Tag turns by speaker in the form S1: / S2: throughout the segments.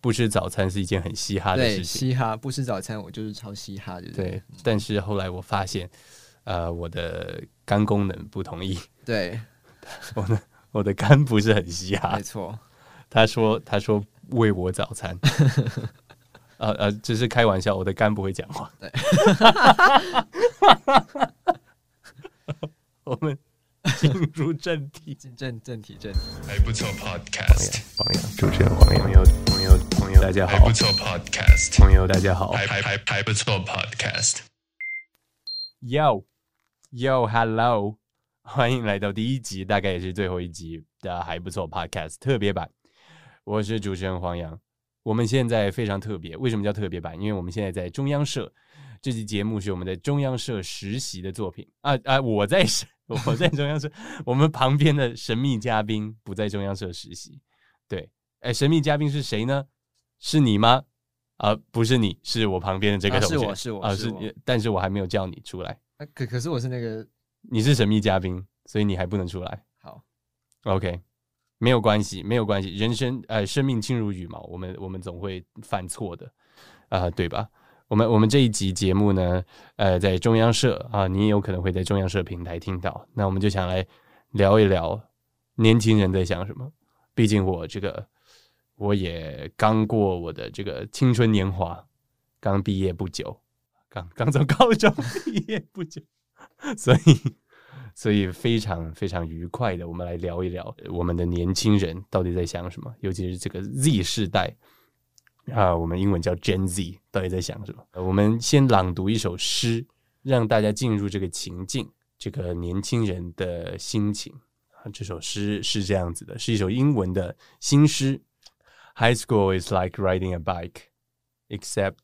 S1: 不吃早餐是一件很嘻哈的
S2: 对，
S1: 事情。
S2: 嘻哈不吃早餐，我就是超嘻哈，对不
S1: 对，但是后来我发现，呃，我的肝功能不同意，
S2: 对，
S1: 我的我的肝不是很嘻哈
S2: 没。错，
S1: 他说他说喂我早餐，呃呃，只是开玩笑，我的肝不会讲话。 我们进入正题，
S2: 正正正题正
S3: 还不错 Podcast，
S1: 朋友
S3: 主持人黄洋，
S1: 朋友朋友朋友，大家
S3: 还
S1: 好
S3: 不，错 Podcast，
S1: 朋友大家好
S3: 还还还还不错 Podcast。
S1: ，Yo Yo Hello，欢迎来到第一集，大概也是最后一集的还不错 Podcast 特别版，我是主持人黄洋。我们现在非常特别，为什么叫特别版？因为我们现在在中央社，这期节目是我们的中央社实习的作品啊啊！我在 我在中央社，我们旁边的神秘嘉宾不在中央社实习，对，哎，神秘嘉宾是谁呢？是你吗？啊，不是你，是我旁边的这个
S2: 啊
S1: 同学，
S2: 是我是我
S1: 啊，
S2: 是
S1: 是
S2: 我
S1: 你，但是我还没有叫你出来，
S2: 啊可可是我是那个
S1: 你是神秘嘉宾，所以你还不能出来。
S2: 好，
S1: OK，没有关系，没有关系，人生呃，生命轻如羽毛，我们我们总会犯错的，啊、对吧？我们我们这一集节目呢，呃，在中央社啊、你也有可能会在中央社平台听到。那我们就想来聊一聊年轻人在想什么。毕竟我这个我也刚过我的这个青春年华，刚毕业不久，刚刚从高中 毕业不久，所以所以非常非常愉快的，我们来聊一聊我们的年轻人到底在想什么，尤其是这个 Z 世代啊，我们英文叫 Gen Z，到底在想什么？呃我们先朗读一首诗，让大家进入这个情境，这个年轻人的心情。啊这首诗是这样子的，是一首英文的新诗。High school is like riding a bike, except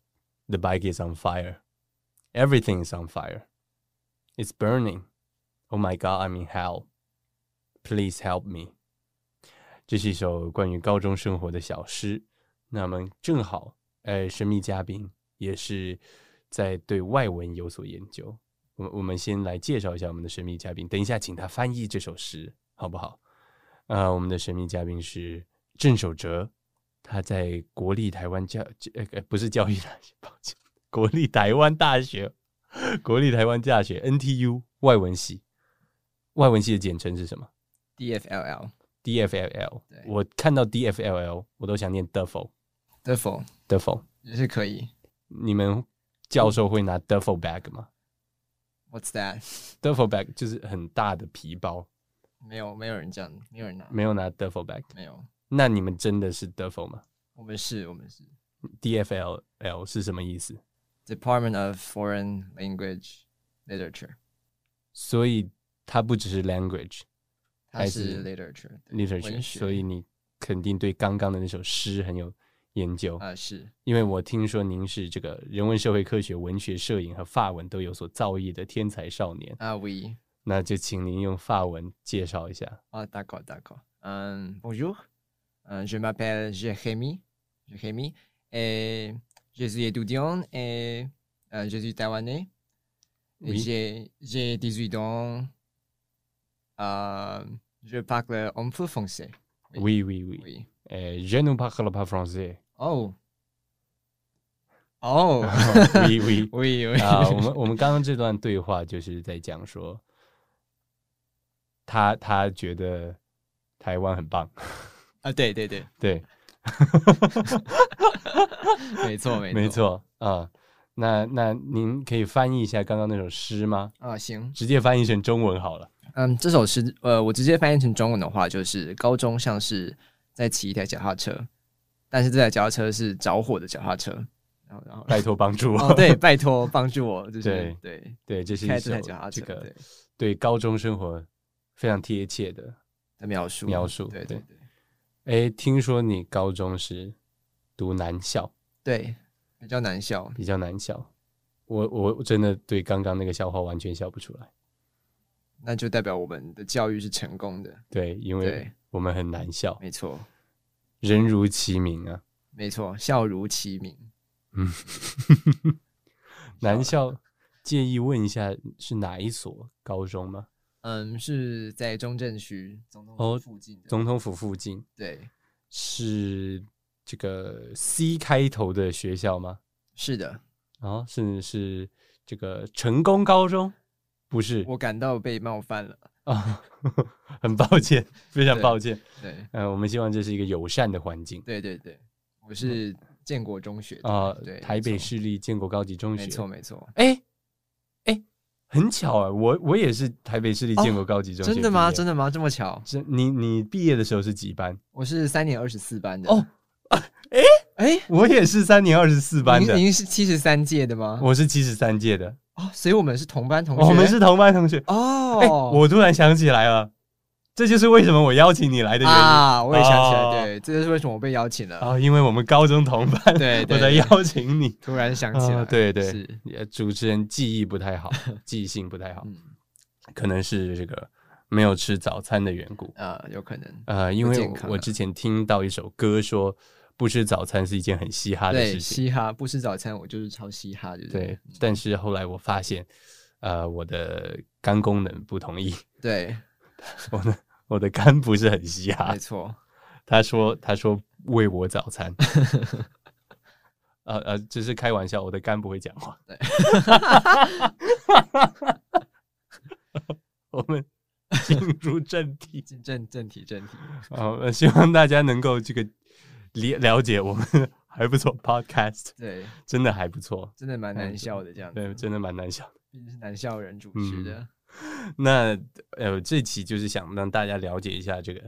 S1: the bike is on fire. Everything is on fire. It's burning. Oh my God, I'm in hell. Please help me. 这是一首关于高中生活的小诗。那么正好，呃，神秘嘉宾也是在对外文有所研究。我们我们先来介绍一下我们的神秘嘉宾，等一下请他翻译这首诗，好不好？呃，我们的神秘嘉宾是郑守哲，他在国立台湾教呃呃不是教育大学，抱歉，国立台湾大学， 国立台湾大学 NTU 外文系，外文系的简称是什么
S2: DFLL
S1: ？DFLL
S2: 对。
S1: 我看到 DFLL 我都想念 Duffel
S2: d e f o
S1: Duffel。
S2: 也是可以
S1: 你们教授会拿 Duffel bag 吗
S2: ，What's that？
S1: ？Duffel bag 就是很大的皮包，
S2: 没有没有人这样，没有人拿，
S1: 没有拿 Duffel bag。
S2: 没有，
S1: 那你们真的是 Duffel 吗
S2: 我们是我们是
S1: ？DFLL 是什么意思？
S2: Department of Foreign Language Literature，
S1: 所以它不只是 language
S2: 它
S1: 还
S2: 是
S1: 是
S2: literature 对文
S1: literature，
S2: 学
S1: 所以你肯定对刚刚的那首诗很有研究。
S2: 啊是
S1: 因为我听说您是这个人文社会科学、文学、摄影和法文都有所造诣的天才少年，
S2: 啊 we。
S1: 那就请您用法文介绍一下。
S2: Ah, d'accord, d'accord. Euh, bonjour, Euh, je m'appelle Jérémy. Jérémy, et je suis étudiant et euh, je suis taïwanais. Et
S1: Oui.
S2: J'ai, j'ai 18 ans. Euh, je parle un peu français.
S1: Oui, oui, oui.
S2: Oui.
S1: Euh, je ne parle pas français.
S2: Oh. Oh.
S1: oui, oui.
S2: oui, oui.
S1: 啊，我们我们刚刚这段对话就是在讲说，他他觉得台湾很棒，
S2: 啊，对对对，
S1: 对，
S2: 没错没错
S1: 没错啊。那那您可以翻译一下刚刚那首诗吗？
S2: 啊，行，
S1: 直接翻译成中文好了。
S2: 嗯，这首诗，呃，我直接翻译成中文的话，就是高中像是在骑一台脚踏车，但是这台脚踏车是着火的脚踏车，然后 然后
S1: 拜托帮助我。
S2: 哦，对，拜托帮助我，就是
S1: 对
S2: 对
S1: 对，这是一
S2: 开这
S1: 首
S2: 台脚踏
S1: 这
S2: 车
S1: 个
S2: 对
S1: 对高中生活非常贴切的。
S2: 的描述
S1: 描述
S2: 对
S1: 对
S2: 对对
S1: 哎，听说你高中时读男校，
S2: 对，比较难笑，
S1: 比较男校。我我真的对刚刚那个笑话完全笑不出来。
S2: 那就代表我们的教育是成功的，
S1: 对，因为
S2: 对
S1: 我们很难笑，
S2: 没错
S1: 人如其名啊。
S2: 没错，笑如其名，
S1: 嗯，男校介意问一下是哪一所高中吗？
S2: 嗯，是在中正区总统
S1: 哦
S2: 府附近的，
S1: 总统府附近
S2: 对，
S1: 是这个 C 开头的学校吗？
S2: 是的，
S1: 啊，是是这个成功高中，不是
S2: 我感到被冒犯了。
S1: 啊， 很抱歉，非常
S2: 对
S1: 抱歉。
S2: 对，
S1: 嗯、我们希望这是一个友善的环境
S2: 对对对，我
S1: 嗯
S2: 是建国中学的
S1: 啊、
S2: 对，
S1: 台北
S2: 没错，
S1: 市立建国高级中学，
S2: 没错没错，
S1: 哎哎，很巧啊，我我也是台北市立建国高级中学、
S2: 哦真的吗？真？的吗？这么巧？
S1: 真你你毕业的时候是几班？
S2: 我是三年二十四班的。
S1: 哦，
S2: 哎，
S1: 我也是三年二十四班
S2: 您
S1: 的，
S2: 您是七十三届的吗？
S1: 我是七十三届的，
S2: 哦，所以我们是同班同学。
S1: 我们是同班同学。
S2: 哦，
S1: 哎，我突然想起来了，这就是为什么我邀请你来的原因啊、
S2: 啊，我也想起
S1: 哦
S2: 来，对，这就是为什么我被邀请了。
S1: 因为我们高中同班，
S2: 对对
S1: 我才
S2: 对
S1: 邀请你。
S2: 突然想起来，
S1: 啊对对
S2: 是，
S1: 呃主持人记忆不太好，记性不太好，
S2: 嗯
S1: 可能是这个没有吃早餐的缘故。
S2: 啊，有可能。
S1: 呃，因
S2: 不
S1: 为
S2: 健
S1: 我
S2: 康
S1: 我
S2: 啊
S1: 之前听到一首歌说，不吃早餐是一件很嘻哈的
S2: 对，
S1: 事情。
S2: 嘻哈不吃早餐，我就是超嘻哈，对不
S1: 对，但是后来我发现，呃，我的肝功能不同意，
S2: 对，
S1: 我的我的肝不是很嘻哈
S2: 没。错，
S1: 他说他说喂我早餐，呃呃，只是开玩笑，我的肝不会讲话。 我们进入正题。
S2: 正正正题正题，
S1: 呃，希望大家能够这个了了解我们还不错 podcast，
S2: 对，
S1: 真的还不错，
S2: 真的蛮
S1: 嗯
S2: 难
S1: 对
S2: 笑的这样子，
S1: 对，真的蛮难想。
S2: 毕竟是男校人主
S1: 嗯
S2: 持的，
S1: 那呃，这期就是想让大家了解一下这个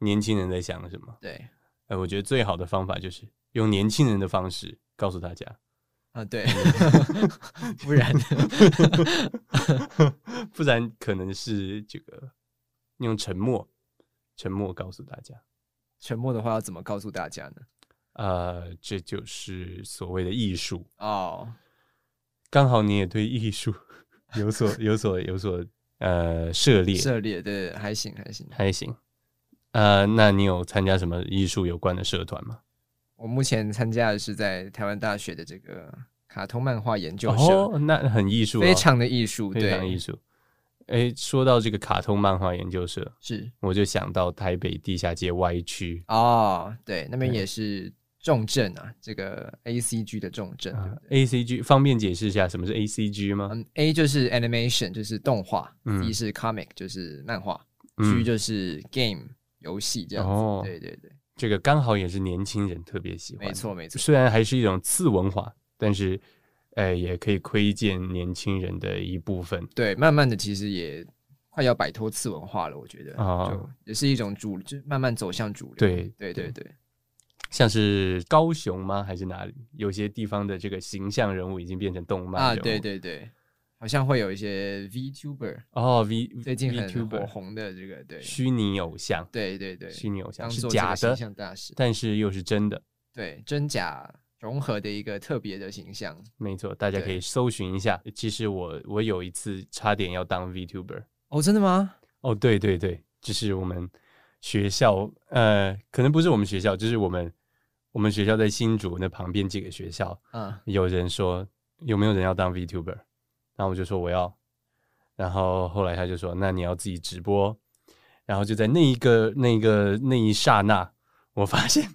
S1: 年轻人在想什么。
S2: 对，
S1: 呃，我觉得最好的方法就是用年轻人的方式告诉大家，
S2: 啊对，
S1: 嗯
S2: 不然
S1: 不然可能是这个用沉默，沉默告诉大家。
S2: 沉默的话要怎么告诉大家呢？
S1: 呃，这就是所谓的艺术。
S2: 哦，
S1: 刚好你也对艺术 有所有所有所呃涉猎，
S2: 涉猎，对，还行还行，
S1: 还行。呃，那你有参加什么艺术有关的社团吗？
S2: 我目前参加的是在台湾大学的这个卡通漫画研究社，
S1: 哦，那很艺术、哦，
S2: 非常的艺术，
S1: 非常艺
S2: 对，
S1: 术。哎，说到这个卡通漫画研究社，
S2: 是
S1: 我就想到台北地下街 Y 区
S2: 哦，对，那边
S1: 对
S2: 也是重症啊，这个 A C G 的重症，对
S1: 啊
S2: 不对？
S1: ，A C G，方便解释一下什么是 A C G 吗？
S2: 嗯，A 就是 animation，就是动画
S1: 啊嗯
S2: ；，D 是 comic，就是漫画
S1: 嗯
S2: ；G 就是 game 游戏这样
S1: 哦
S2: 子。对对对，
S1: 这个刚好也是年轻人特别喜欢，
S2: 没。错没错，
S1: 虽然还是一种次文化，但是，呃，也可以窥见年轻人的一部分。
S2: 对，慢慢的其实也快要摆脱次文化了，我觉得
S1: 哦
S2: 就也是一种主，就慢慢走向主流。
S1: 对
S2: 对对对，
S1: 像是高雄吗？还是哪里？有些地方的这个形象人物已经变成动漫
S2: 啊，
S1: 人物
S2: 对对对，好像会有一些 VTuber
S1: 哦，V
S2: 最近很火
S1: VTuber
S2: 红的这个，对
S1: 虚拟偶像，
S2: 对对对，
S1: 虚拟偶像
S2: 当
S1: 是
S2: 做这
S1: 假
S2: 个形
S1: 的，
S2: 象大使，
S1: 但是又是真的，
S2: 对真假融合的一个特别的形象
S1: 没错，大家可以
S2: 对
S1: 搜寻一下。其实我我有一次差点要当 VTuber，
S2: 哦，真的吗？
S1: 哦，对对对，就是我们学校，呃，可能不是我们学校，就是我们我们学校在新竹那旁边几个学校，
S2: 嗯，
S1: 有人说有没有人要当 VTuber，然后我就说我要，然后后来他就说那你要自己直播，然后就在那一个那一个那一刹那，我发现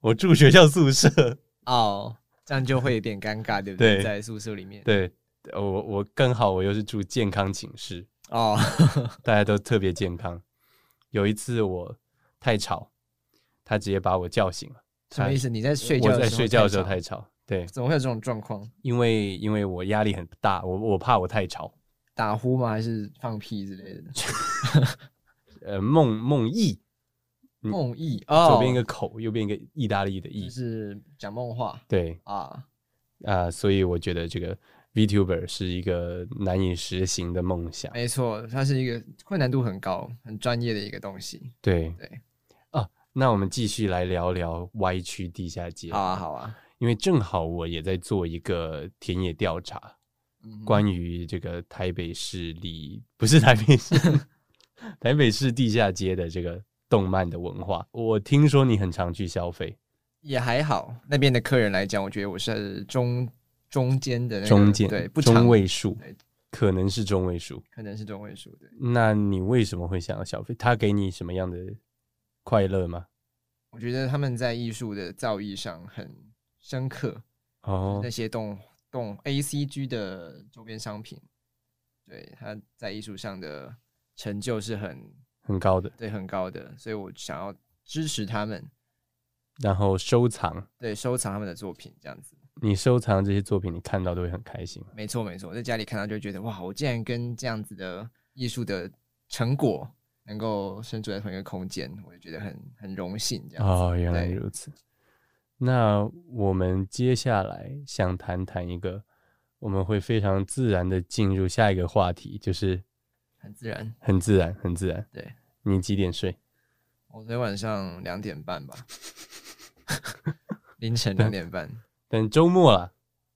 S1: 我住学校宿舍，
S2: 哦，这样就会有点尴尬，对不对？
S1: 对
S2: 在宿舍里面，
S1: 对呃我我更好，我又是住健康寝室，
S2: 哦，
S1: 大家都特别健康。有一次我太吵，他直接把我叫醒了，
S2: 什么意思？你在睡觉
S1: 我
S2: 的
S1: 在
S2: 时候
S1: 睡觉的时候
S2: 吵嗯
S1: 太吵，对，
S2: 怎么会有这种状况？
S1: 因为因为我压力很大，我我怕我太吵。
S2: 打呼吗？还是放屁之类的？
S1: 呃，梦梦忆，嗯
S2: 梦呓哦，嗯
S1: 左边一个口，右边一个意大利的意
S2: 就，是讲梦话
S1: 对
S2: 啊，
S1: 啊、所以我觉得这个 VTuber 是一个难以实行的梦想。
S2: 没错，它是一个困难度很高、很专业的一个东西。
S1: 对
S2: 对
S1: 啊，那我们继续来聊聊歪曲地下街，
S2: 好啊，好啊，
S1: 因为正好我也在做一个田野调查，
S2: 嗯，
S1: 关于这个台北市里不是台北 市，台北市地下街的这个动漫的文化。我听说你很常去消费，
S2: 也还好。那边的客人来讲，我觉得我是中中间的那个
S1: 中间
S2: 对不
S1: 中
S2: 长，
S1: 位数
S2: 对，
S1: 可能是中位数。
S2: 可能是中位数对。
S1: 那你为什么会想要消费？他给你什么样的快乐吗？
S2: 我觉得他们在艺术的造诣上很深刻，
S1: 哦
S2: 那，些动动 A C G 的周边商品，对他在艺术上的成就是很
S1: 很高的。
S2: 对很高的，所以我想要支持他们，
S1: 然后收藏，
S2: 对收藏他们的作品这样子。
S1: 你收藏这些作品，你看到都会很开心。
S2: 没错没错，我在家里看到就会觉得哇，我竟然跟这样子的艺术的成果能够身处在同一个空间，我就觉得很很荣幸这样子。
S1: 哦，原来
S2: 对
S1: 如此。那我们接下来想谈谈一个，我们会非常自然的进入下一个话题，就是
S2: 很自然。
S1: 很自然，很自然。
S2: 对，
S1: 你几点睡？
S2: 我昨天晚上两点半吧，凌晨两点半。
S1: 但周末啦，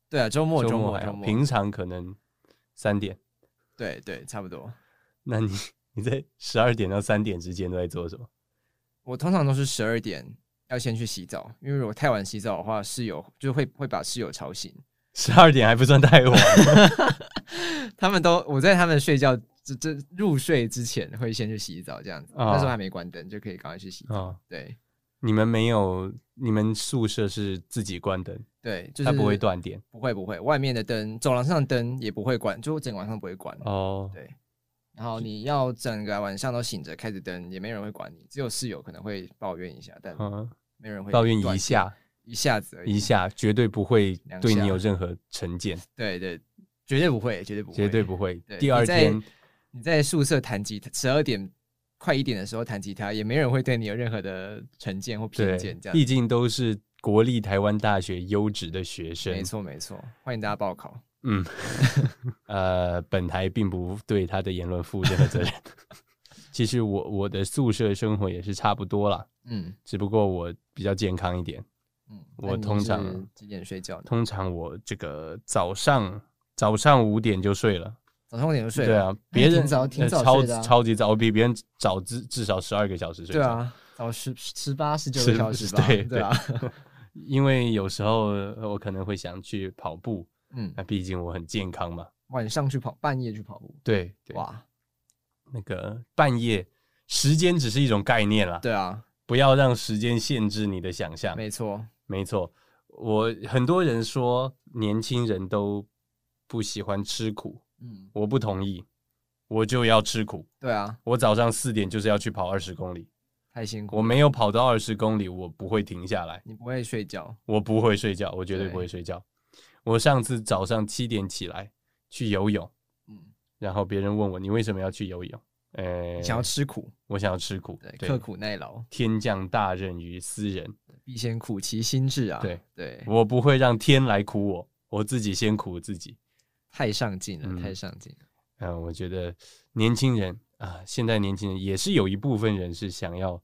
S2: 对啊，周末周
S1: 周
S2: 末
S1: 还
S2: 周
S1: 好，
S2: 末，
S1: 平常可能三点。
S2: 对对，差不多。
S1: 那你你在十二点到三点之间都在做什么？
S2: 我通常都是十二点要先去洗澡，因为如果太晚洗澡的话，室友就会会把室友吵醒。
S1: 十二点还不算太晚
S2: 他们都我在他们睡觉这这入睡之前会先去洗澡，这样子。
S1: 啊
S2: 那时候还没关灯，就可以赶快去洗
S1: 啊、
S2: 澡。对
S1: 你们没有，你们宿舍是自己关灯，
S2: 对，就是
S1: 它不会，断电
S2: 不会不会，外面的灯，走廊上的灯也不会关，就整个晚上不会关。
S1: 哦。
S2: 对，然后你要整个晚上都醒着开着灯，也没人会管你，只有室友可能会抱怨一下，但
S1: 嗯，
S2: 没人会
S1: 抱怨
S2: 断
S1: 一
S2: 电
S1: 下，
S2: 一下子而已
S1: 一下，绝对不会
S2: 两
S1: 对
S2: 下
S1: 你有任何成见，
S2: 对对，绝对不会，绝对不会，
S1: 绝对不会
S2: 对。
S1: 第二
S2: 你在
S1: 天，
S2: 你在宿舍弹吉他，十二点快一点的时候弹吉他，也没人会对你有任何的成见或偏
S1: 对
S2: 见，这，样
S1: 毕
S2: 子。
S1: 竟都是国立台湾大学优质的学生
S2: 没，错没错，欢迎大家报考。
S1: 嗯，呃，本台并不对他的言论负任何责任。 其实我我的宿舍生活也是差不多啦，
S2: 嗯
S1: 只不过我比较健康一点。
S2: 嗯，
S1: 我
S2: 那你
S1: 通常
S2: 是几点睡觉呢？
S1: 通常我这个早上早上五点就睡了，
S2: 早上五点就睡
S1: 对啊，
S2: 了。那你
S1: 别人
S2: 哎挺早挺
S1: 呃
S2: 早
S1: 超
S2: 睡的啊
S1: 超级早，我比别人早至至少十二个小时睡。
S2: 对，啊，早十十八十九
S1: 是
S2: 个小时吧，
S1: 对
S2: 对 啊，
S1: 因为有时候呃我可能会想去跑步，
S2: 嗯，
S1: 那毕竟我很健康嘛。
S2: 晚上去跑，半夜去跑步，
S1: 对，对
S2: 哇，
S1: 那个半夜时间只是一种概念啦，
S2: 对啊，
S1: 不要让时间限制你的想象。
S2: 没错，
S1: 没错，我很多人说年轻人都不喜欢吃苦，
S2: 嗯，
S1: 我不同意，我就要吃苦。
S2: 对啊，
S1: 我早上四点就是要去跑二十公里，
S2: 太辛苦，
S1: 我没有跑到二十公里，我不会停下来，
S2: 你不会睡觉，
S1: 我不会睡觉，我绝对不会
S2: 对
S1: 睡觉。我上次早上七点起来去游泳，
S2: 嗯，
S1: 然后别人问我你为什么要去游泳？呃，
S2: 想要吃苦，
S1: 我想要吃苦，
S2: 对，刻苦耐劳，
S1: 天降大任于斯人，
S2: 必先苦其心志啊，
S1: 对
S2: 对，
S1: 我不会让天来苦我，我自己先苦自己。
S2: 太上进了，
S1: 嗯
S2: 太上进了，
S1: 嗯、我觉得年轻人啊，现在年轻人也是有一部分人是想要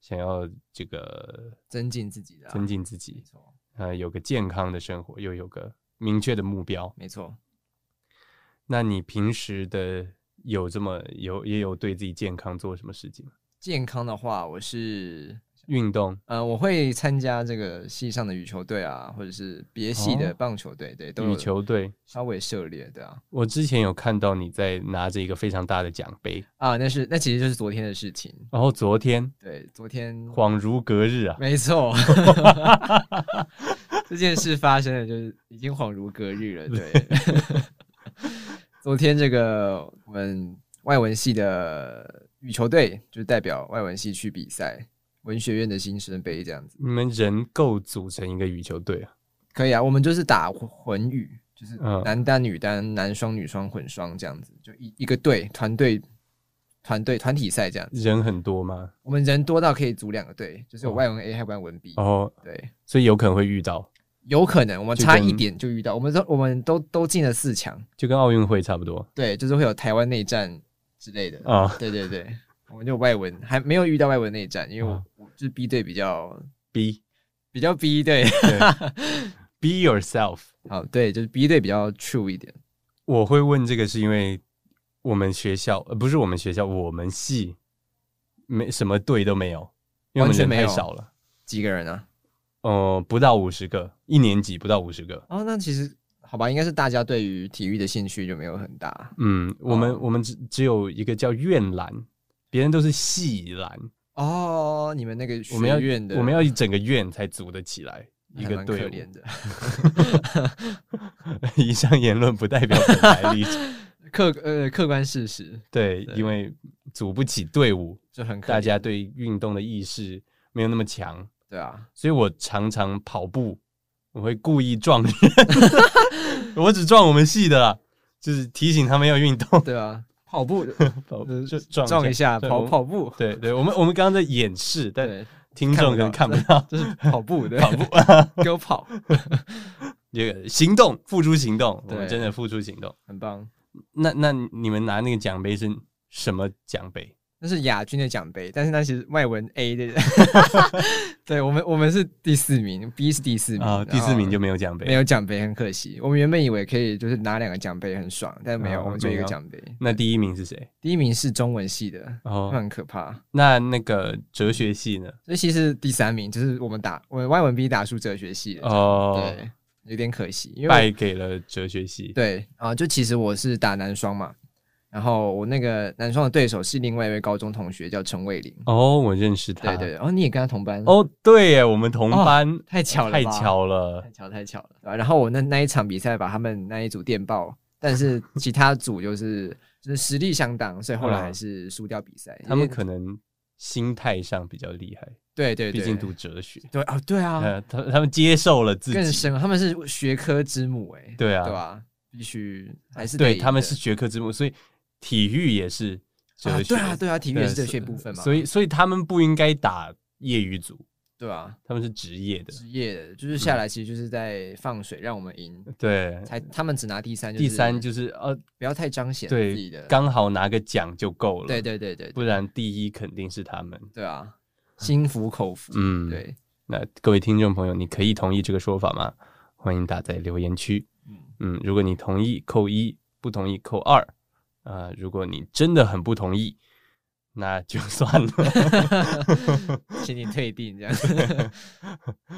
S1: 想要这个
S2: 增进自己的、啊，
S1: 增进自
S2: 没
S1: 己，
S2: 错，
S1: 呃，有个健康的生活，又有个明确的目标。
S2: 没错。
S1: 那你平时的有这么有也有对自己健康做什么事情吗？
S2: 健康的话，我是
S1: 运动
S2: 呃，我会参加这个系上的羽球队啊，或者是别系
S1: 哦
S2: 的棒球队，对，都有
S1: 羽球队，
S2: 稍微涉猎，对啊，
S1: 我之前有看到你在拿着一个非常大的奖杯，
S2: 啊，那是那其实就是昨天的事情，
S1: 然后昨天
S2: 对，昨天
S1: 恍如隔日啊，
S2: 没错， 这件事发生了，就是已经恍如隔日了。对， 昨天这个我们外文系的羽球队就代表外文系去比赛，文学院的新生杯这样子，
S1: 你们人够组成一个羽球队啊？
S2: 可以啊。我们就是打混羽，就是
S1: 嗯
S2: 男单、女单、男双、女双、混双这样子，就一一个队团队。团队团体赛这样子，
S1: 人很多吗？
S2: 我们人多到可以组两个队，就是有
S1: 哦
S2: 外文 A 还有外文 B，、
S1: 哦，
S2: 对，
S1: 所以有可能会遇到，
S2: 有可能我们
S1: 就
S2: 差
S1: 跟
S2: 一点就遇到，我们都我们都都进了四强，
S1: 就跟奥运会差不多
S2: 对，就是会有台湾内战之类的。
S1: 啊、
S2: 对对对，我们就外文还没有遇到外文内战，因为我、
S1: 啊
S2: 我就是 B 队比较
S1: Be
S2: 比较 B 队，
S1: 对 Be yourself。
S2: 好对，就是 B 队比较 true 一点。
S1: 我会问这个是因为我们学校，呃，不是我们学校，我们系没什么队都没有，因为我
S2: 完
S1: 们
S2: 全
S1: 人
S2: 没有
S1: 太少了，
S2: 几个人啊？
S1: 呃，不到五十个，一年级不到五十个。
S2: 哦，那其实好吧，应该是大家对于体育的兴趣就没有很大。
S1: 嗯，我们、
S2: 哦
S1: 我们只只有一个叫院篮，别人都是系篮，
S2: 哦，你们那个学
S1: 我们要
S2: 院的，
S1: 我们要一整个院才组得起来一
S2: 还
S1: 个
S2: 蛮
S1: 队
S2: 可
S1: 伍。
S2: 怜的。
S1: 以上言论不代表本台立 场。
S2: 客呃客观事实
S1: 对，
S2: 对
S1: 因为组不起队伍，
S2: 就很可
S1: 大家
S2: 怜
S1: 对运动的意识没有那么强，
S2: 对啊，
S1: 所以我常常跑步，我会故意撞人， 我只撞我们系的啦，就是提醒他们要运动，
S2: 对啊，跑步
S1: 跑
S2: 呃
S1: 就撞
S2: 撞一下，
S1: 对我
S2: 跑
S1: 们
S2: 跑步，
S1: 对对，我们我们刚刚在演示，但
S2: 对，
S1: 听众可能看不
S2: 看不
S1: 到，
S2: 就是跑步的，
S1: 跑步
S2: 给我跑，
S1: 这个行动，付诸行动，我
S2: 对
S1: 们真的付出行动。
S2: 很棒。
S1: 那那你们拿那个奖杯是什么奖杯？
S2: 那是亚军的奖杯，但是那其实外文 A 的， 对我们我们是第四名，B 是第四名
S1: 啊，第四名就
S2: 没
S1: 没有奖杯，
S2: 没有奖杯，很可惜。我们原本以为可以就是拿两个奖杯很爽，但没有，
S1: 啊
S2: 我们就一
S1: 没
S2: 个
S1: 有
S2: 奖杯。
S1: 那第一名是谁？
S2: 第一名是中文系的，那
S1: 哦，
S2: 很可怕。
S1: 那那个哲学系呢？
S2: 这系是第三名，就是我们打我们外文 B 打输哲学系的，
S1: 哦，
S2: 对，有点可惜，因为我
S1: 败给了哲学系。
S2: 对啊，就其实我是打男双嘛，然后我那个男双的对手是另外一位高中同学叫陈卫林，
S1: 哦，我认识他。
S2: 对对，哦，你也跟他同班，
S1: 哦，对耶，我们同
S2: 哦
S1: 班，
S2: 太巧了吧，
S1: 太巧了
S2: 太。巧太巧了。对吧然后我那那一场比赛把他们那一组电爆，但是其他组就是就是实力相当，所以后来
S1: 嗯
S2: 还是输掉比赛。
S1: 他
S2: 因为
S1: 们可能心态上比较厉害，
S2: 对对
S1: 毕
S2: 对，
S1: 竟读哲学，
S2: 对哦对啊，
S1: 呃，他他们接受了自
S2: 更
S1: 己，
S2: 深，他们是学科之母哎，
S1: 对啊
S2: 对吧？必须还是
S1: 对
S2: 得
S1: 他们
S2: 的
S1: 是学科之母，所以体育也是哲
S2: 啊
S1: 学。
S2: 对啊对啊，体育也是
S1: 对
S2: 哲学部分嘛，
S1: 所以所以他们不应该打业余组，
S2: 对啊，
S1: 他们是职业的。
S2: 职业的就是下来其实就是在放水，让我们赢，
S1: 对，
S2: 才他们只拿第三，
S1: 嗯第三就是呃，
S2: 不要太彰显自己
S1: 对
S2: 的，，
S1: 刚好拿个奖就够了。
S2: 对对对对
S1: 不然第一肯定是他们。
S2: 对啊，心服口服，
S1: 嗯，。
S2: 对，
S1: 那各位听众朋友，你可以同意这个说法吗？欢迎打在留言区。嗯，如果你同意扣一，不同意扣二。啊、如果你真的很不同意，那就 算了，
S2: 请你退订 这样，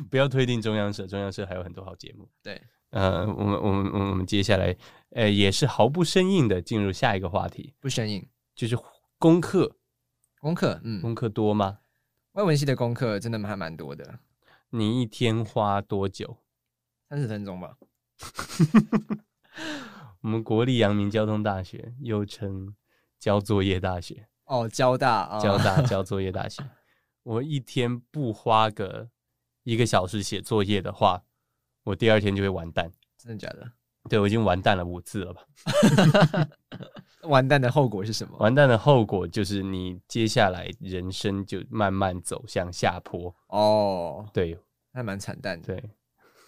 S1: 不要推定中央社，中央社还有很多好节目。
S2: 对，
S1: 呃，我们我们我们我们接下来，呃，也是毫不生硬的进入下一个话题，
S2: 不生硬。
S1: 就是功课，
S2: 功课，嗯，
S1: 功课多吗？
S2: 外文系的功课真的还蛮多的，
S1: 你一天花多久？
S2: 三十分钟吧。
S1: 我们国立阳明交通大学，又称交作业大学，
S2: 哦，交大啊，
S1: 交大交作业大学。 我一天不花个一个小时写作业的话，我第二天就会完蛋。
S2: 真的假的？
S1: 对我已经完蛋了五次了吧？
S2: 完蛋的后果是什么？
S1: 完蛋的后果就是你接下来人生就慢慢走向下坡。
S2: 哦，
S1: 对
S2: 那蛮惨淡的。
S1: 对，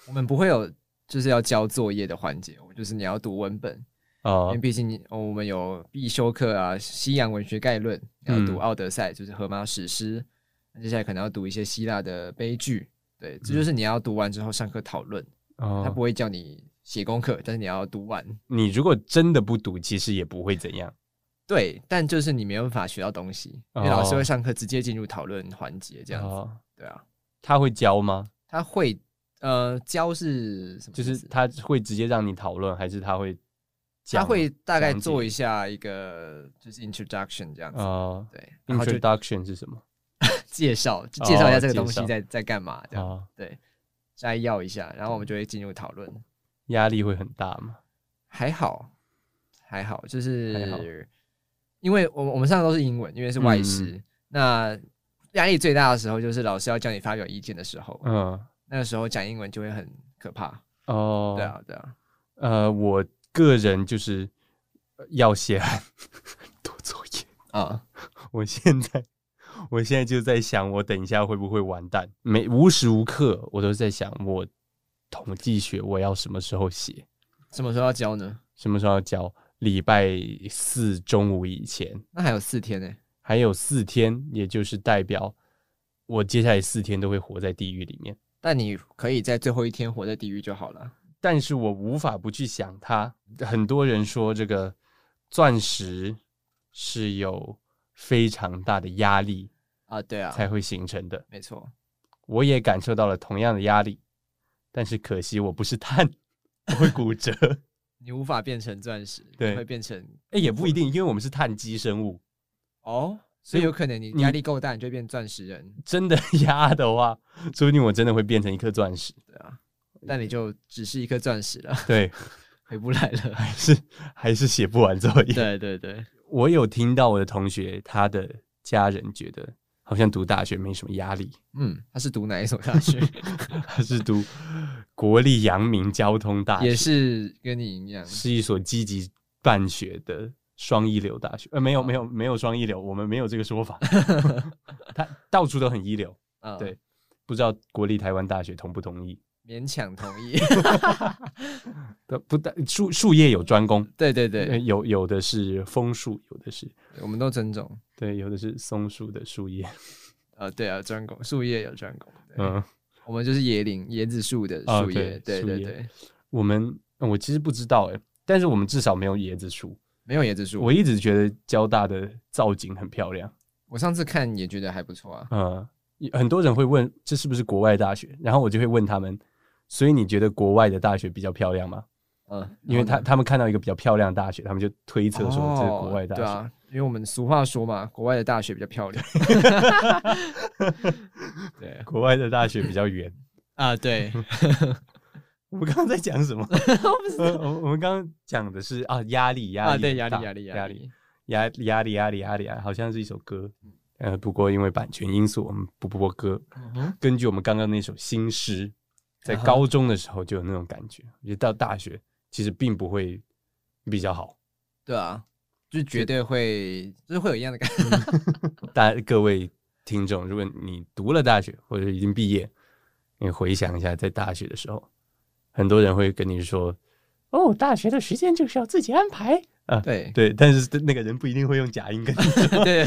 S2: 我们不会有就是要交作业的环节，我们就是你要读文本，因
S1: 哦
S2: 为毕竟你、哦我们有必修课啊，《西洋文学概论》，要读
S1: 嗯
S2: 《奥德赛》，就是荷马史诗。那接下来可能要读一些希腊的悲剧，对，
S1: 嗯
S2: 这就是你要读完之后上课讨论。他不
S1: 哦，
S2: 会叫你写功课，但是你要读完。
S1: 你如果真的不读，其实也不会怎样。
S2: 对，但就是你没有办法学到东西，因为
S1: 哦
S2: 老师会上课直接进入讨论环节这样子。
S1: 哦
S2: 对啊，
S1: 他会教吗？
S2: 他会呃教是什么意
S1: 就
S2: 思？
S1: 是他会直接让你讨论，还是他会讲？
S2: 他会大概
S1: 讲解
S2: 做一下一个就是 introduction 这样子。
S1: 啊、
S2: 对，然后就
S1: introduction 是什么
S2: 介绍，就介绍一下这个
S1: 哦介
S2: 东西
S1: 绍
S2: 在在干嘛，这
S1: 啊、
S2: 样对，摘要一下，然后我们就会进入讨论。
S1: 压力会很大嘛？
S2: 还好，还好，就
S1: 还好
S2: 是因为我们我们上的都是英文，因为是外师，
S1: 嗯
S2: 那压力最大的时候就是老师要叫你发表意见的时候，
S1: 嗯，
S2: 那个时候讲英文就会很可怕。
S1: 哦，
S2: 对，啊，对啊，
S1: 呃，我个人就是呃要写很 多作业，
S2: 啊、
S1: 我现在。我现在就在想，我等一下会不会完蛋？每无时无刻我都在想，我统计学我要什么时候写，
S2: 什么时候要交呢？
S1: 什么时候要交？礼拜四中午以前，
S2: 那还有四天呢、
S1: 还有四天，也就是代表我接下来四天都会活在地狱里面。
S2: 但你可以在最后一天活在地狱就好了。
S1: 但是我无法不去想它。很多人说这个钻石是有非常大的压力
S2: 啊，对啊，
S1: 才会形成的，
S2: 没错，
S1: 我也感受到了同样的压力，但是可惜我不是碳， 我会骨折。
S2: 你无法变成钻石，你
S1: 对
S2: 会变成
S1: 哎，也不一定，因为我们是碳基生物，
S2: 哦，所
S1: 所
S2: 以
S1: 以
S2: 有可能你压力够大，你就会变钻石人，
S1: 真的 压的话，说不定我真的会变成一颗钻石。
S2: 但你就只是一颗钻石了，
S1: 对，
S2: 回不来了。
S1: 还是还是写不完作业。
S2: 对对对，
S1: 我有听到我的同学他的家人觉得好像读大学没什么压力，
S2: 嗯，他是读哪一所大学？
S1: 他是读国立阳明交通大学，
S2: 也是跟你一样，
S1: 是一所积极办学的双一流大学。呃，没
S2: 啊
S1: 有没有没有双一流，我们没有这个说 法，他到处都很一流。
S2: 啊，
S1: 对，不知道国立台湾大学同不同意？
S2: 勉强同意。
S1: 不不，术术业有专攻，
S2: 对对
S1: 呃
S2: 对，
S1: 有有的是枫树，有的是
S2: 我们都尊重。
S1: 对，有的是松树的树叶。
S2: 呃，对啊，专攻术业有专攻，对
S1: 嗯，
S2: 我们就是椰林椰子树的
S1: 啊
S2: 树叶，
S1: 对
S2: 对
S1: 树
S2: 对
S1: 叶
S2: 对，
S1: 我们我其实不知道哎、但是我们至少没有椰子树。
S2: 没有椰子树。
S1: 我一直觉得交大的造景很漂亮，
S2: 我上次看也觉得还不错啊。
S1: 嗯，很多人会问这是不是国外大学，然后我就会问他们，所以你觉得国外的大学比较漂亮吗？
S2: 嗯，
S1: 因为
S2: 然后
S1: 他他们看到一个比较漂亮的大学，他们就推测
S2: 呢
S1: 说这是
S2: 哦
S1: 国外大学。
S2: 对啊，因为我们俗话说嘛，国外的大学比较 漂亮。对
S1: 国外的大学比较远。
S2: 啊，对，
S1: 我们刚刚在讲什 么？呃我我们刚刚讲的是啊，压力，压力
S2: 啊，对，压
S1: 很大
S2: 力，压力，
S1: 压
S2: 压
S1: 力，
S2: 力。
S1: 压压力压力压力啊，好像是一首歌。呃，不过因为版权因素，我们不播歌。
S2: 嗯哼
S1: 根据我们刚刚那首新诗，在
S2: 啊哈
S1: 高中的时候就有那种感觉，也到大学其实并不会比较好。
S2: 对啊，就绝对会，就是会有一样的感觉。
S1: 大各位听众，如果你读了大学或者已经毕业，你回想一下，在大学的时候，很多人会跟你说：“哦，大学的时间就是要自己安排。”啊，
S2: 对
S1: 对，但是那个人不一定会用假音跟你 说，
S2: 对，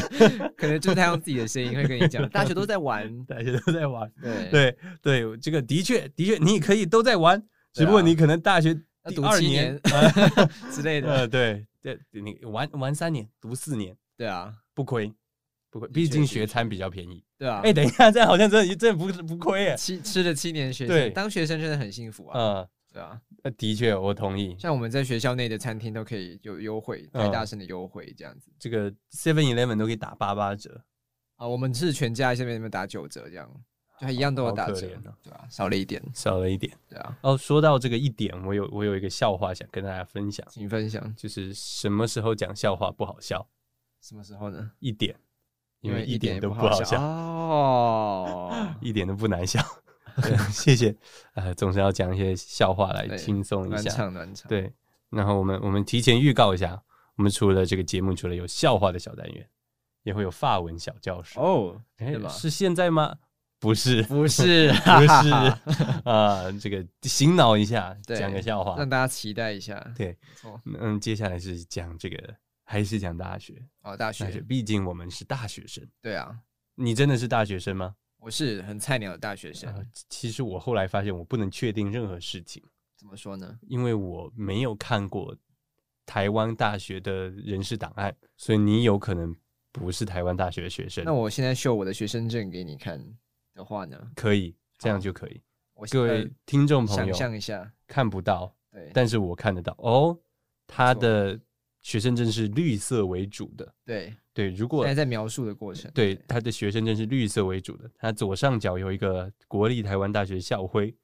S2: 可能就是他用自己的声音会跟你讲，大学都在玩。
S1: 大学都在玩。
S2: 对，
S1: 对对，这个的确的确，你也可以都在玩，
S2: 对
S1: 只不过
S2: 啊
S1: 你可能大学
S2: 要
S1: 第
S2: 读
S1: 二
S2: 七
S1: 年
S2: 之类的。
S1: 呃，对对，你玩玩三年，读四年
S2: 对啊，
S1: 不亏，不亏，
S2: 的
S1: 毕
S2: 确
S1: 竟
S2: 的
S1: 学餐比较便宜。
S2: 对啊。
S1: 哎，等一下，这样好像真的真的不不亏耶。
S2: 七吃了七年学
S1: 对
S2: 生，当学生真的很幸福啊。
S1: 嗯，
S2: 对啊，
S1: 呃的确，我同意。
S2: 像我们在学校内的餐厅都可以有优惠，
S1: 嗯
S2: 台大生的优惠这样子
S1: 这个 Seven Eleven 都可以打八八折，
S2: 啊。我们是全家下面你们打九折这样，就它一样都有
S1: 好
S2: 打
S1: 可
S2: 折
S1: 怜哦，
S2: 对啊，少了一点，
S1: 少了一点。
S2: 对啊。
S1: 哦，说到这个一点，我有我有一个笑话想跟大家分享，
S2: 请分享
S1: 就是什么时候讲笑话不好笑？
S2: 什么时候呢？
S1: 一点，因为
S2: 一
S1: 一点
S2: 也
S1: 都
S2: 不
S1: 不好
S2: 笑啊
S1: 笑，。
S2: 哦
S1: 一点都不难 笑。对谢谢，啊，总是要讲一些笑话来
S2: 对
S1: 轻松一
S2: 暖
S1: 下。
S2: 场暖场，
S1: 对，然后我们我们提前预告一下，我们除了这个节目，除了有笑话的小单元，也会有法文小教室。
S2: 哦，
S1: 诶
S2: 是吗？
S1: 哎是现在吗？不 是， 不
S2: 不是，
S1: 是啊、这个醒脑一下，
S2: 对
S1: 讲个笑话
S2: 让。大家期待一下。
S1: 对
S2: 没错，
S1: 嗯，接下来是讲这个，还是讲大学？
S2: 哦，大
S1: 大学，
S2: 学，
S1: 毕竟我们是大学生。
S2: 对啊，
S1: 你真的是大学生吗？
S2: 我是很菜鸟的大学
S1: 呃
S2: 生，
S1: 其实我后来发现，我不能确定任何事情，
S2: 怎么说呢？
S1: 因为我没有看过台湾大学的人事档案，所以你有可能不是台湾大学的学生。
S2: 那我现在秀我的学生证给你看的话呢，
S1: 可以这样就可以。
S2: 我
S1: 各位听众
S2: 呃
S1: 朋
S2: 想
S1: 友，
S2: 象一下，
S1: 看不到，
S2: 对，
S1: 但是我看得到哦。他
S2: 错
S1: 的学生证是绿色为主的，
S2: 对，
S1: 对，如
S2: 现
S1: 果
S2: 在在描述的过程，
S1: 对他的学生证是绿色为主的，他左上角有一个国立台湾大学校徽，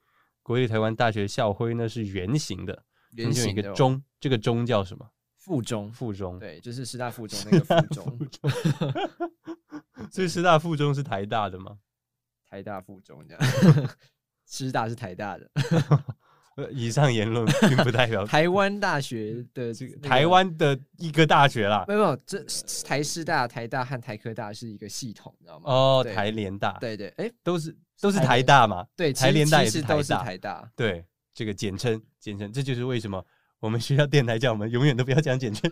S1: 国立台湾大学校徽呢是圆形的，中
S2: 圆
S1: 间有
S2: 形
S1: 一
S2: 的
S1: 个
S2: 哦
S1: 钟，这个钟叫什么？
S2: 附中，
S1: 附中，
S2: 对，就是师大附中那个附中，
S1: 所以师大附中是台大的吗？
S2: 台大附中这样， 师大是台大的，
S1: 呃，以上言论并不代表
S2: 台湾大学的这个
S1: 嗯台。湾呃的一个大学啦
S2: 没。有没有，这台师大、台大和台科大是一个系统，你知道吗？
S1: 哦，
S2: 对
S1: 台联大，
S2: 对对，哎，
S1: 都是都是
S2: 台
S1: 台
S2: 联
S1: 大嘛，
S2: 对，其
S1: 台
S2: 实
S1: 联大
S2: 其
S1: 也是
S2: 实都
S1: 台
S2: 是
S1: 大
S2: 台大，
S1: 对，这个简称简称，这就是为什么我们学校电台叫我们永远都不要讲简 称，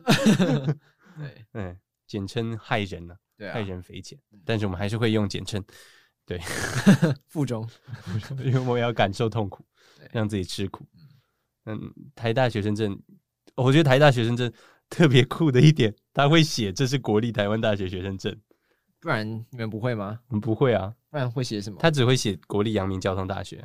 S2: 对
S1: 嗯，简称害人呢、
S2: 对
S1: 害
S2: 啊，
S1: 人匪浅。但是我们还是会用简 称，
S2: 附中
S1: 因为我们要感受痛苦
S2: 对，
S1: 让自己吃苦。嗯，台大学生证，我觉得台大学生证特别酷的一点，他会写这是国立台湾大学学生证，
S2: 不然你们不会吗？
S1: 我们不会啊，
S2: 不然会写什么？
S1: 他只会写国立阳明交通大学。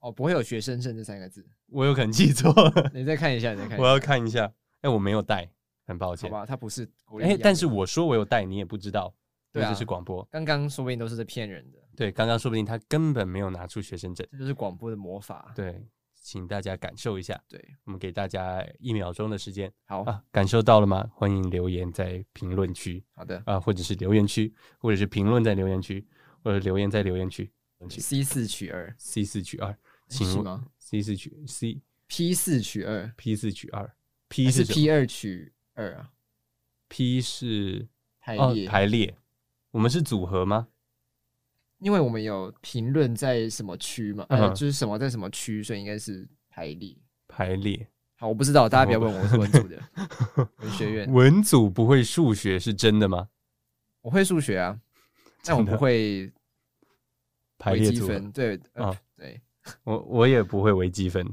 S2: 哦，不会有学生证这三个字。
S1: 我有可能记错了，
S2: 你再看一下，你再看一下。
S1: 我要看一下。哎、我没有带，很抱
S2: 好
S1: 歉。
S2: 吧，它不是国立
S1: 哎、
S2: 一样的。
S1: 但是我说我有带，你也不知道。因
S2: 对
S1: 为
S2: 啊
S1: 这是广播。
S2: 刚刚说不定都是在骗人的，
S1: 对，刚刚说不定他根本没有拿出学生证。
S2: 这就是广播的魔法。
S1: 对，请大家感受一下，
S2: 对，
S1: 我们给大家一秒钟的时间
S2: 好
S1: 啊，感受到了吗？欢迎留言在评论区
S2: 好的
S1: 啊，或者是留言区，或者是评论在留言区，或者留言在留言区。
S2: ，C 四取二
S1: C 四取二，
S2: 是
S1: 请问
S2: 吗
S1: C 四取 C
S2: ，P 四取二
S1: P 四取二哦
S2: 还
S1: ，P
S2: 是
S1: 是
S2: P 二取二啊？
S1: P 是
S2: 排
S1: 哦
S2: 列，
S1: 排列，我们是组合吗？
S2: 因为我们有评论在什么区嘛，
S1: 嗯
S2: 呃，就是什么在什么区，所以应该是排列。
S1: 排 列，
S2: 好，我不知道，大家不要问我，我是文 组的文学院，
S1: 文组不会数学是真的吗？
S2: 我会数 学啊，但我
S1: 真的
S2: 不会
S1: 排
S2: 微
S1: 列
S2: 积
S1: 组合，
S2: 分，对，呃
S1: 啊
S2: 对，
S1: 我我也不会微积分，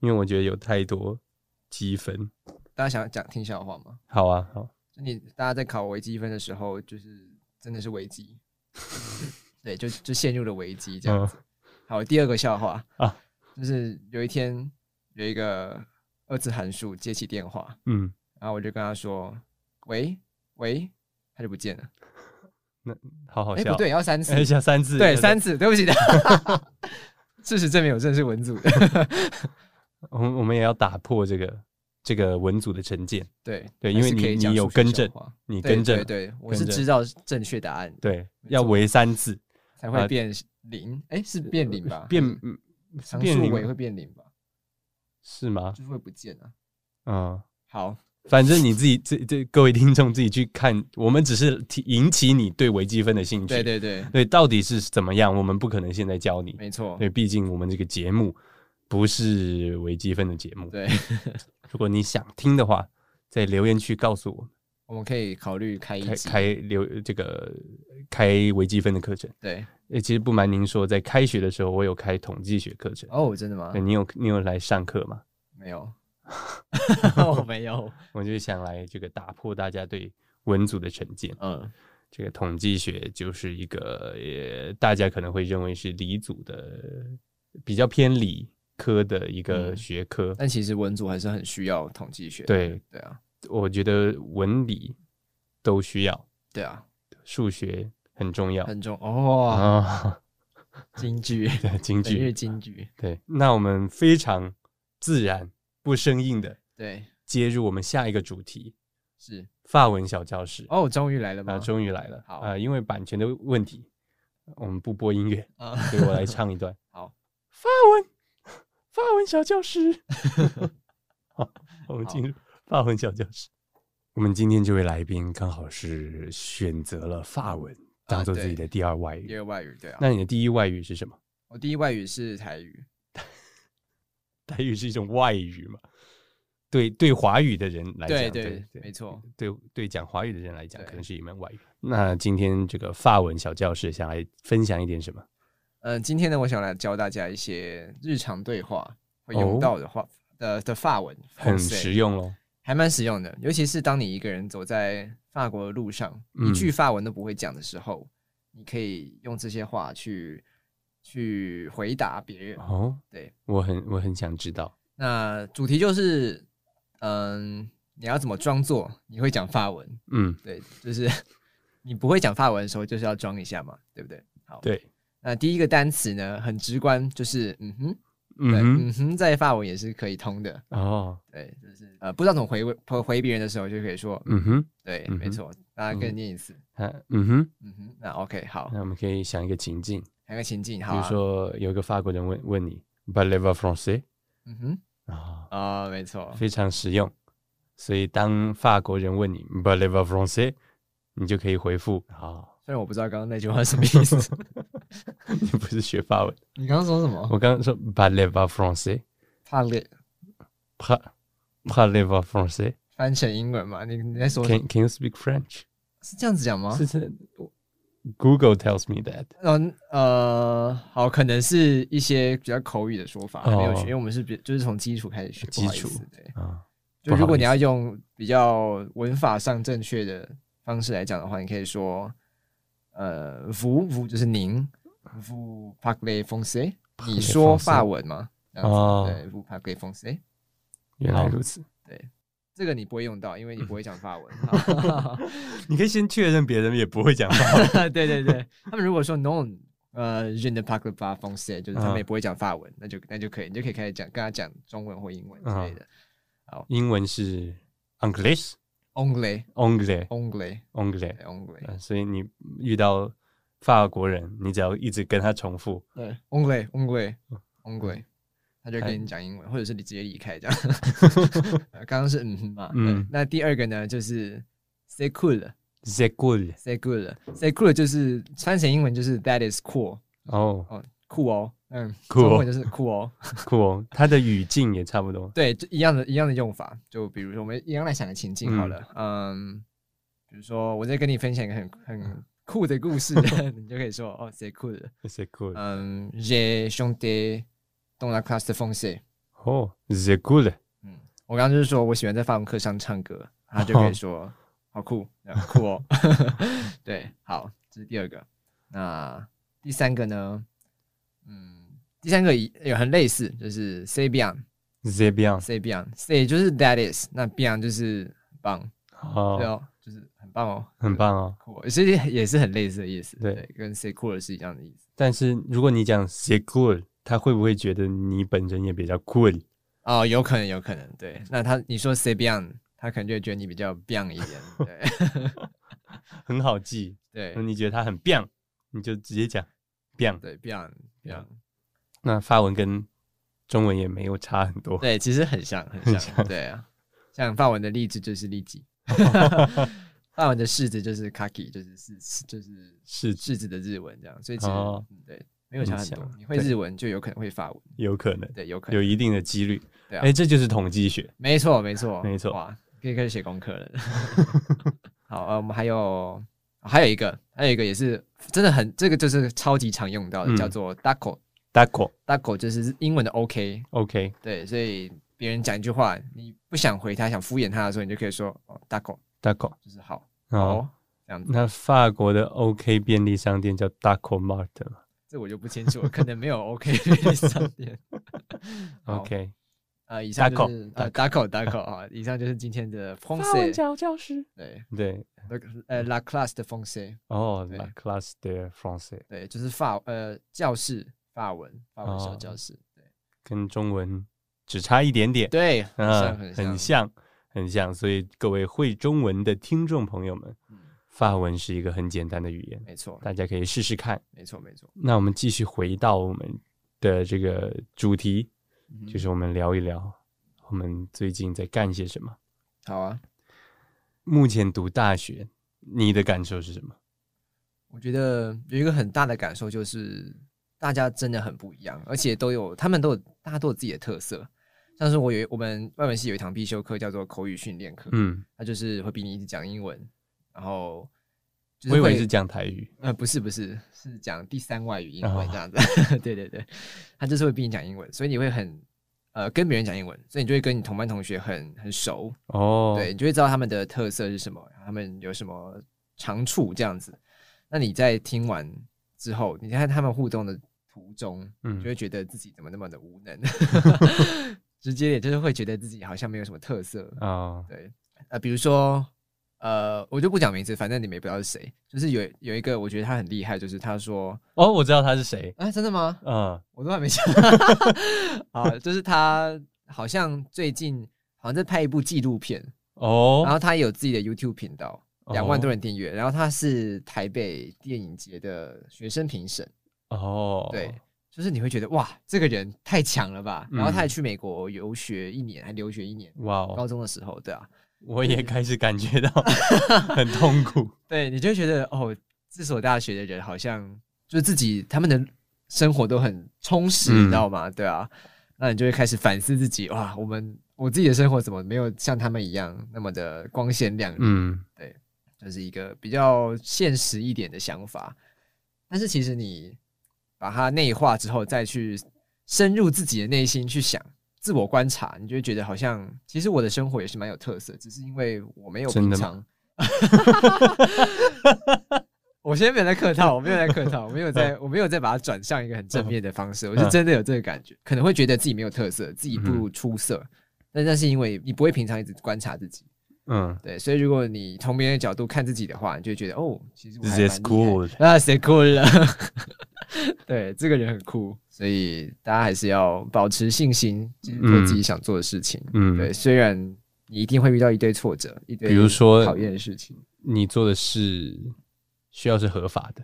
S1: 因为我觉得有太多积分。
S2: 大家想讲听笑话吗？
S1: 好啊，好，
S2: 就你大家在考微积分的时候，就是真的是 危机，对，就就陷入了危机这样子。好，第二个笑话
S1: 啊
S2: 就是有一天有一个二次函数接起电话，
S1: 嗯，
S2: 然后我就跟他说：“喂喂”，他就不见了。
S1: 好好
S2: 哎、
S1: 笑。
S2: 不对，要三 次，
S1: 哎，下三次，
S2: 对，
S1: 下
S2: 三。次，对不起 的。事实证明，我真的是文组的。
S1: 我们我们也要打破这个这个文组的成见，
S2: 对
S1: 对
S2: 还
S1: 因为
S2: 是可
S1: 你
S2: 以
S1: 你
S2: 讲
S1: 有
S2: 数学
S1: 更
S2: 笑
S1: 正
S2: 话
S1: 你
S2: 对
S1: 跟着
S2: 对对，我是
S1: 跟着
S2: 知道正确答案
S1: 对，
S2: 没
S1: 要
S2: 错
S1: 为三次，
S2: 才会
S1: 啊
S2: 变零，哎、是变零吧？
S1: 变
S2: 还
S1: 嗯
S2: 是常
S1: 变
S2: 数我也
S1: 零
S2: 会变零吧？
S1: 是吗？
S2: 就是会不见啊。
S1: 嗯。
S2: 好，
S1: 反正你自己，这这各位听众自己去看，我们只是提引起你对微积分的兴趣。
S2: 对对对，
S1: 对，到底是怎么样，我们不可能现在教你。
S2: 没错，
S1: 对，毕竟我们这个节目不是微积分的节目。
S2: 对，
S1: 如果你想听的话，在留言区告诉我
S2: 我们可以考虑开一
S1: 们，开
S2: 集，
S1: 开留这个开微积分的课程。
S2: 对，
S1: 诶，其实不瞒您说，在开学的时候，我有开统计学课程。
S2: 哦，真的吗
S1: 对，？你有你有来上课吗？
S2: 没有，我没有，
S1: 我就想来这个打破大家对文组的成见。
S2: 嗯，
S1: 这个统计学就是一个，呃，大家可能会认为是理组的，比较偏理科的一个
S2: 嗯
S1: 学科。
S2: 但其实文组还是很需要统计学，
S1: 对，
S2: 对啊，
S1: 我觉得文理都需要，
S2: 对啊，
S1: 数学很重要
S2: 很重哦，
S1: 啊。
S2: 京剧，
S1: 对， 京
S2: 每日
S1: 剧。
S2: 京剧，
S1: 对，那我们非常自然、不生硬的
S2: 对，
S1: 接入我们下一个主题
S2: 是，
S1: ——法文小教室。
S2: 哦，终于来了
S1: 啊，
S2: 吗？
S1: 终于来了。
S2: 好
S1: 啊、因为版权的问题，我们不播音乐。
S2: 啊，
S1: 所以我来唱一段。
S2: 好，
S1: 法文，法文小教室。 好，我们进入法文小教室。我们今天这位来宾刚好是选择了法文当做自己的第二外
S2: 第
S1: 语。
S2: 二外语，啊对啊，
S1: 那你的第一外语是什么？
S2: 我第一外语是台语，
S1: 台语是一种外语嘛？对对，华语的人来讲，
S2: 对
S1: 对
S2: 对，没错，
S1: 对对，讲华语的人来讲，
S2: 对
S1: 可能是一门外语。那今天这个法文小教室想来分享一点什么？
S2: 嗯，今天呢，我想来教大家一些日常对话会
S1: 哦
S2: 用到的话呃的的法文，
S1: 很
S2: français
S1: 实用咯。
S2: 还蛮实用的，尤其是当你一个人走在法国的路上，
S1: 嗯
S2: 一句法文都不会讲的时候，你可以用这些话去去回答别人。
S1: 哦，
S2: 对，
S1: 我很我很想知道。
S2: 那主题就是，嗯，你要怎么装作你会讲法文？
S1: 嗯，
S2: 对，就是 你不会讲法文的时候，就是要装一下嘛，对不对？好，
S1: 对。
S2: 那第一个单词呢，很直观，就是嗯哼，对，
S1: 嗯
S2: 嗯哼，在法文也是可以通的。
S1: 哼，哦，
S2: 对，就是呃，不知道怎么回回回别人的时候，就可以说，
S1: 嗯哼，
S2: 对，
S1: 嗯
S2: 没
S1: 哼
S2: 错，大
S1: 嗯
S2: 家跟念一次。
S1: 啊，嗯哼，
S2: 嗯哼，那 OK，好，
S1: 那我们可以想一个情境，
S2: 还有个情境，
S1: 比
S2: 好、
S1: 如
S2: 啊，，
S1: 说有一个法国人问问你 b a l e v a français
S2: 嗯哼，
S1: 啊，
S2: 啊、没错，
S1: 非常实用。所以当法国人问你 b a l e v a français，你就可以回复啊，
S2: 虽然我不知道刚刚那句话是什么意思，
S1: 你不是学法文，
S2: 你刚刚说什么？
S1: 我刚刚说 b a l e v a français，pa
S2: 怕累，
S1: p a l e v a français，can
S2: 翻成英文嘛？你你在说什么
S1: can you speak French？
S2: 是这样子讲吗？
S1: 是是，Google tells me that。
S2: 嗯呃，好，可能是一些比较口语的说法，还没有学，
S1: 哦
S2: 因为我们是比就是从基础开始学，不
S1: 基
S2: 好意
S1: 础
S2: 思对。
S1: 啊，
S2: 就如
S1: 不好
S2: 果
S1: 意
S2: 你要用比较文法上正确的方式来讲的话，你可以说，呃，vous vous 就是您，vous parlez français，你说法文吗？这样子
S1: 哦
S2: 对，vous parlez français。
S1: 原来如此。
S2: 这个你不会用到，因为你不会讲法 文。
S1: 你可以先确认别人也不会讲法文。
S2: 对对对，他们如果说 non，呃 je ne parle pas français，就是他们也不会讲法文，那就那就可以，你就可以开始讲，跟他讲中文或英文之类的。
S1: 英文是 English
S2: Only
S1: English
S2: only
S1: English，
S2: only，
S1: 呃所以你遇到法国人，你只要一直跟他重复，
S2: 对嗯哎 only only only，他就跟你讲英文，或者是你直接离开 这样。呃刚刚是嗯哼嘛，嗯
S1: 嗯，
S2: 那第二个呢就是 say cool。
S1: C'est cool，
S2: Say good, say good 就是翻成英文就是 That is cool，
S1: 哦
S2: 哦，酷哦，嗯
S1: Cool
S2: 中文就是酷哦，
S1: ，cool，它的语境也差不多。
S2: 对，就一样的一样的用法。就比如说，我们一样来想个情境好了，嗯比如说我在跟你分享一个很很酷的故事， 你就可以说哦，say cool，
S1: C'est cool，
S2: 嗯，j'ai chanté dans la classe de français，
S1: 哦，C'est cool，
S2: 嗯，我刚刚就是说我喜欢在法文课上唱歌，然后就可 以说好酷，这样酷哦。 对，好，这是第二个。那第三个呢？嗯，第三个也也很类似，就是 say beyond
S1: C'est bien，
S2: say beyond say 就是 that is，那 beyond 就是很棒，对
S1: 哦，
S2: 哦，就是很棒哦，
S1: 很棒哦。
S2: 酷哦，其实也是很类似的意思，
S1: 对
S2: 跟 say cool 是一样的意思。
S1: 但是如果你讲 C'est cool，他会不会觉得你本人也比较 cool？
S2: 哦，有可能，有可能，对。那他你说 say beyond，他可能就会觉得你比较 beyond 一点，对
S1: 很好记，
S2: 对。
S1: 你觉得他很 biang，你就直接讲 biang。
S2: 对，Beyond Beyond，
S1: 那法文跟中文也没有差很多。
S2: 对，其实很像，很像，对啊。像法文的荔枝就是荔 枝，法文的柿子就是 kaki，就是柿，就是
S1: 柿子
S2: 柿子的日文这样，所以其实、
S1: 哦
S2: 嗯对没有差很
S1: 很
S2: 多。
S1: 像
S2: 你会日文就有可能会法文，
S1: 有可能，
S2: 对，有可
S1: 有
S2: 能，
S1: 一定的几率。
S2: 对啊
S1: 哎、这就是统计学。
S2: 没错，没错，
S1: 没错
S2: 哇，可以开始写功课了。 好，呃，我们还有还有一个，还有一个也是真的很，这个就是超级常用到的，
S1: 嗯
S2: 叫做 daco。
S1: d a c o
S2: daco 就是英文的 OK，
S1: OK，
S2: 对，所以别人讲一句话，你不想回他，想敷衍他的时候，你就可以说哦，大狗
S1: d a c o
S2: 就是好，好、
S1: 哦，
S2: 这样子。
S1: 那法国的 OK 便利商店叫 d a c o Mart 嘛
S2: 这我就不清楚，可能没有 OK 便利商 店。好
S1: ？OK，
S2: 呃，以上就是呃，大口大口啊，以上就是今天的风水教教师对，
S1: 对，
S2: 呃，La classe 的风水
S1: 哦、
S2: 对
S1: l a classe de français
S2: 对，就是法呃教室法文法文小
S1: 哦
S2: 教室，
S1: 跟中文只差一点点，
S2: 对对，很
S1: 啊
S2: 像，很像，
S1: 很像，很像。所以各位会中文的听众朋友们，
S2: 嗯
S1: 法文是一个很简单的语言，
S2: 没错，
S1: 大家可以试试看。
S2: 没错，没错，
S1: 那我们继续回到我们的这个主题，
S2: 嗯
S1: 就是我们聊一聊我们最近在干些什么。
S2: 好啊。
S1: 目前读大学，你的感受是什么？
S2: 我觉得有一个很大的感受就是，大家真的很不一样，而且都有他们都有大家都有自己的特色。像是我有一我们外文系有一堂必修课叫做口语训练课，
S1: 嗯，
S2: 它就是会逼你一直讲英文，然后就是
S1: 嗯我以为
S2: 会
S1: 是讲台语。
S2: 呃不是不是是讲第三外语英
S1: 哦
S2: 文这样子， 对对对，他就是会逼你讲英文，所以你会很呃跟别人讲英文，所以你就会跟你同班同学很很熟，
S1: 哦，
S2: 对，，你就会知道他们的特色是什么，他们有什么长处这样子。那你在听完之后，你在和他们互动的途中，
S1: 嗯
S2: 你就会觉得自己怎么那么的无能， 直接也就是会觉得自己好像没有什么特色。
S1: 哦，
S2: 对，呃，比如说，呃，我就不讲名字，反正你们也不知道是谁。就是有有一个，我觉得他很厉害，就是他说，
S1: 哦，我知道他是谁。
S2: 啊，真的吗？
S1: 嗯，
S2: 我都还没讲 啊，就是他好像最近好像在拍一部纪录片，然
S1: 哦，
S2: 后他也有自己的 YouTube 频道，啊两万多人订阅。然后他是台北电影节的学生评审，
S1: 哦，
S2: 对，就是你会觉得哇，这个人太强了吧。然后他也
S1: 嗯
S2: 去美国游学一年，还留学一年，
S1: 哇哦
S2: 高，中的时候，对啊，
S1: 我也开始感觉到很痛 苦。
S2: 对，你就会觉得哦，这所大学的人好像就是自己他们的生活都很充实，你知道吗？对啊，那你就会开始反思自己，哇，我们我自己的生活怎么没有像他们一样那么的光鲜亮丽？
S1: 嗯，
S2: 就是一个比较现实一点的想法。但是其实你把它内化之后，再去深入自己的内心去想、自我观察，你就会觉得好像其实我的生活也是蛮有特色，只是因为我没有
S1: 真
S2: 平
S1: 的
S2: 常。 我先没有在客套，我没有在客套，我没有在，
S1: 嗯
S2: 我没有再把它转
S1: 嗯
S2: 向一个很正面的方式，我是真的有这个感觉，可能会觉得自己没有特色，自己不出色，但那是因为你不会平常一直观察自己，
S1: 嗯
S2: 对，所以如果你从别人的角度看自己的话，你就会觉得哦，其实我
S1: This
S2: 还蛮厉
S1: is
S2: 害
S1: cool
S2: 啊，谁酷了？对，这个人很酷，所以大家还是要保持信心，就是做自己想做的事情。对，
S1: 嗯，
S2: 虽然你一定会遇到一堆挫折，一堆
S1: 比如说
S2: 讨厌的事情
S1: 你做的事需要是合法的，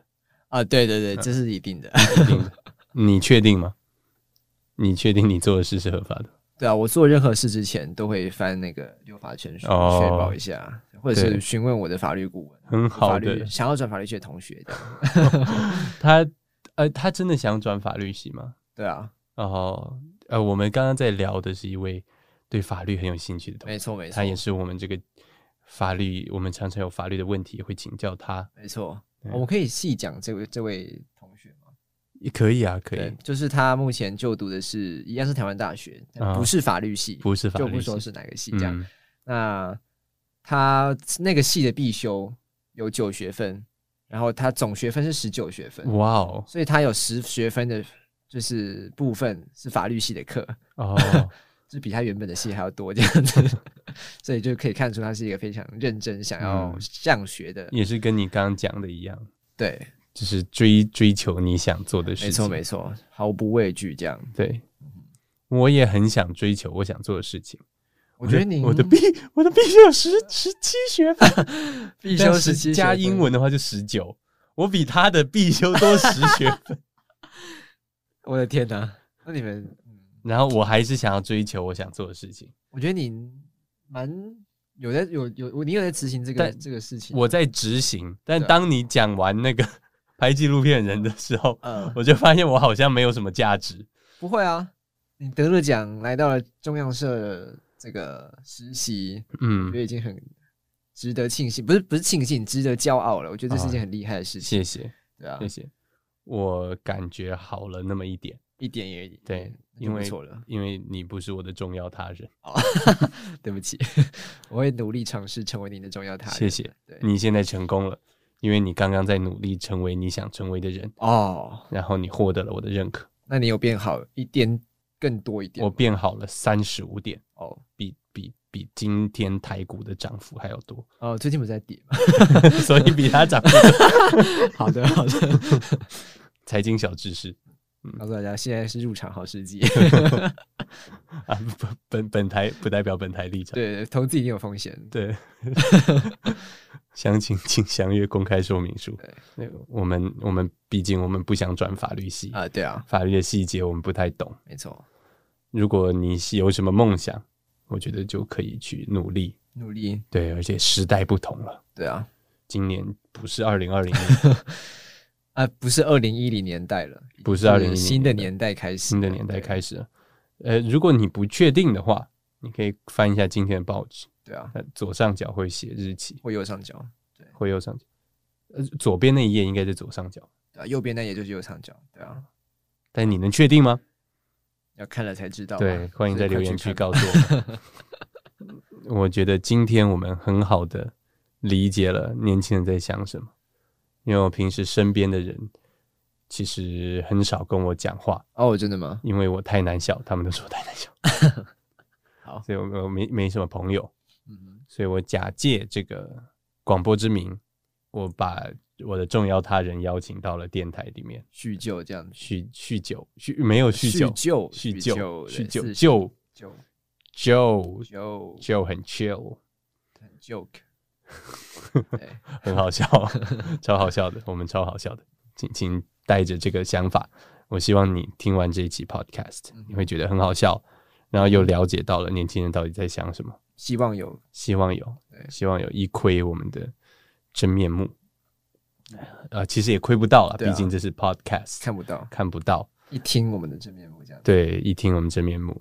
S2: 啊，对对对，这是一定的。
S1: 一定的 你确定吗？你确定你做的事是合法的？
S2: 对啊，我做任何事之前都会翻那个六法全书、
S1: 哦
S2: 确保一下，或者
S1: 对
S2: 是询问我的法律顾问。
S1: 很
S2: 法
S1: 好
S2: 律
S1: 的，
S2: 想要转法律系的同学，这样
S1: 他呃，他真的想转法律系吗？
S2: 对啊，
S1: 然后呃，我们刚刚在聊的是一位对法律很有兴趣的同
S2: 没
S1: 学，
S2: 错没错
S1: 他，也是我们这个法律，我们常常有法律的问题会请教他，
S2: 没错。哦
S1: 对
S2: 我们可以细讲这位这位同学吗？
S1: 也可以啊，可以，
S2: 就是他目前就读的是一样是台湾大学，但
S1: 啊
S2: 不是法律系，
S1: 不是法
S2: 就
S1: 律
S2: 不
S1: 系
S2: 说是哪个系这样。
S1: 嗯
S2: 那他那个系的必修有九学分，然后他总学分是十九学分，
S1: 哇哦，
S2: 所以他有十学分的，就是部分是法律系的课，
S1: 哦，
S2: 就是比他原本的系还要多这样子， 所以就可以看出他是一个非常认真想要
S1: 嗯
S2: 向学的。
S1: 也是跟你刚刚讲的一样，
S2: 对，
S1: 就是追追求你想做的事情，
S2: 没错没错，毫不畏惧这样。
S1: 对。我也很想追求我想做的事情。
S2: 我觉得
S1: 的
S2: 您
S1: 我的必我的必修有十十七学分，
S2: 必
S1: 但
S2: 修
S1: 是
S2: 十七
S1: 加英文，的话就十九，我比他的必修多十学分。
S2: 我的天哪！那你们，
S1: 然后我还是想要追求我想做的事情。
S2: 我觉得您蛮有在有有，你有在执行这个
S1: 但
S2: 这个事情。
S1: 我在执行，但
S2: 对啊
S1: 当你讲完那个 拍纪录片人的时候，
S2: 呃，
S1: 我就发现我好像没有什么价值。
S2: 不会啊，你得了奖，来到了中央社这个实习，我觉
S1: 嗯，
S2: 得已经很值得庆幸，不是不是庆幸，值得骄傲了。我觉得这是一件很厉害的事情，
S1: 啊谢谢，
S2: 对啊
S1: 谢，谢。我感觉好了那么一点，
S2: 一点也
S1: 对
S2: 也
S1: 因
S2: 不
S1: 为
S2: 错了，
S1: 因为你不是我的重要他人。
S2: 哦， 对不起， 我会努力尝试成为您的重要他人。
S1: 谢谢，
S2: 对，
S1: 你现在成功了，因为你刚刚在努力成为你想成为的人，
S2: 哦，
S1: 然后你获得了我的认可，
S2: 那你有变好一点，更多一点
S1: 我
S2: 吗，
S1: 变好了三十五点，
S2: 哦。
S1: 比比比今天台股的涨幅还要 多，
S2: 哦，最近不是在跌吗？
S1: 所以比它涨幅多
S2: 好的，好的。
S1: 财经小知识
S2: 告诉大家，现在是入场好时机。
S1: 啊，不本本台不代表本台立场。
S2: 对，投资一定有风险。
S1: 对， 详情请详阅公开说明书。对，我们我们毕竟我们不想转法律系，
S2: 啊，对啊，
S1: 法律的细节我们不太懂。
S2: 没错，
S1: 如果你是有什么梦想，我觉得就可以去努力。
S2: 努力。
S1: 对，而且时代不同了，
S2: 对啊，
S1: 今年不是二零二零，
S2: 啊，不是二零一零年代了，
S1: 不是
S2: 就
S1: 2010
S2: 新的
S1: 年
S2: 年代开始，
S1: 新的年代开始了。呃，如果你不确定的话，你可以翻一下今天的报纸，
S2: 对。对啊，
S1: 呃，左上角会写日期，
S2: 或右上角，
S1: 会右上角，呃，左边那一页应该在左上角，
S2: 对啊，右边那也就是右上角，对啊，
S1: 但你能确定吗？
S2: 要看了才知道嘛。
S1: 对，欢迎在留言区
S2: 去
S1: 告诉我们。我觉得今天我们很好的理解了年轻人在想什么，因为我平时身边的人其实很少跟我讲话，
S2: 哦，真的吗？。
S1: 因为我太难笑，他们都说我太难笑
S2: 好
S1: 所以我我没没什么朋友，
S2: 嗯哼，
S1: 所以我假借这个广播之名，我把我的重要他人邀请到了电台里面
S2: 叙旧这样子，
S1: 叙叙酒，叙没有叙酒，
S2: 旧，
S1: 叙
S2: 叙
S1: 旧，
S2: 旧，
S1: 叙酒，
S2: 旧
S1: 就
S2: 旧
S1: 就
S2: 旧
S1: 就很 chill，
S2: joke，对，
S1: 很好笑，超好笑的，我们超好笑的，请请带着这个想法，我希望你听完这一期 podcast，
S2: 嗯哼嗯
S1: 你会觉得很好笑，然后又了解到了年轻人到底在想什么，
S2: 希望有
S1: 希望有，
S2: 对
S1: 希望有一窥我们的真面目，呃，其实也窥不到了，
S2: 对啊
S1: 毕竟这是 podcast，
S2: 看不到，
S1: 看不到，
S2: 一听我们的真面目这样。，
S1: 对，一听我们真面目，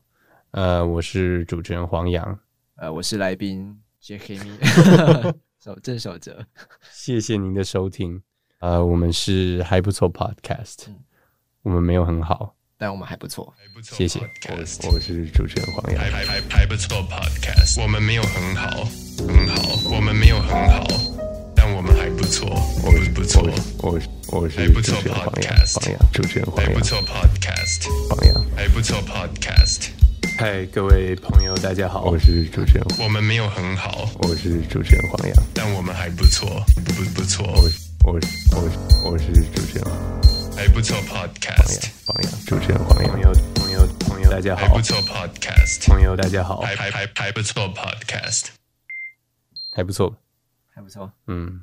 S1: 呃，我是主持人黄洋，
S2: 呃，我是来宾 Jack m 守郑守哲，
S1: 谢谢您的收听。呃，我们是还不错 Podcast，、
S2: 嗯
S1: 我们没有很好，
S2: 但我们还不错。
S1: 谢谢。
S3: Podcast
S1: 我我是主持人黄洋，
S3: 还还还还不错 Podcast，我们没有很好，很好，我们没有很好，但我们还不错，我们不错，
S1: 我我
S3: 还不错 Podcast，
S1: 主持人
S3: 还不错 Podcast，
S1: 黄洋。
S3: 还不错 Podcast。
S1: 嗨，各位朋友，大家好，
S4: 我是主持人，
S3: 我们没有很好，
S4: 我是主持人黄洋，
S3: 但我们还不错，不不错，
S4: 我是我是我是我是主持人黄
S3: 还不错 Podcast，
S4: 洋，黄洋，主持人黄
S1: 朋
S4: 洋，
S1: 友，朋友，朋友，大家
S3: 还
S1: 好
S3: 不，错 Podcast，
S1: 朋友，大家好，
S3: 还还还还不错 Podcast。
S1: 还不错，
S2: 还不错。
S1: 嗯，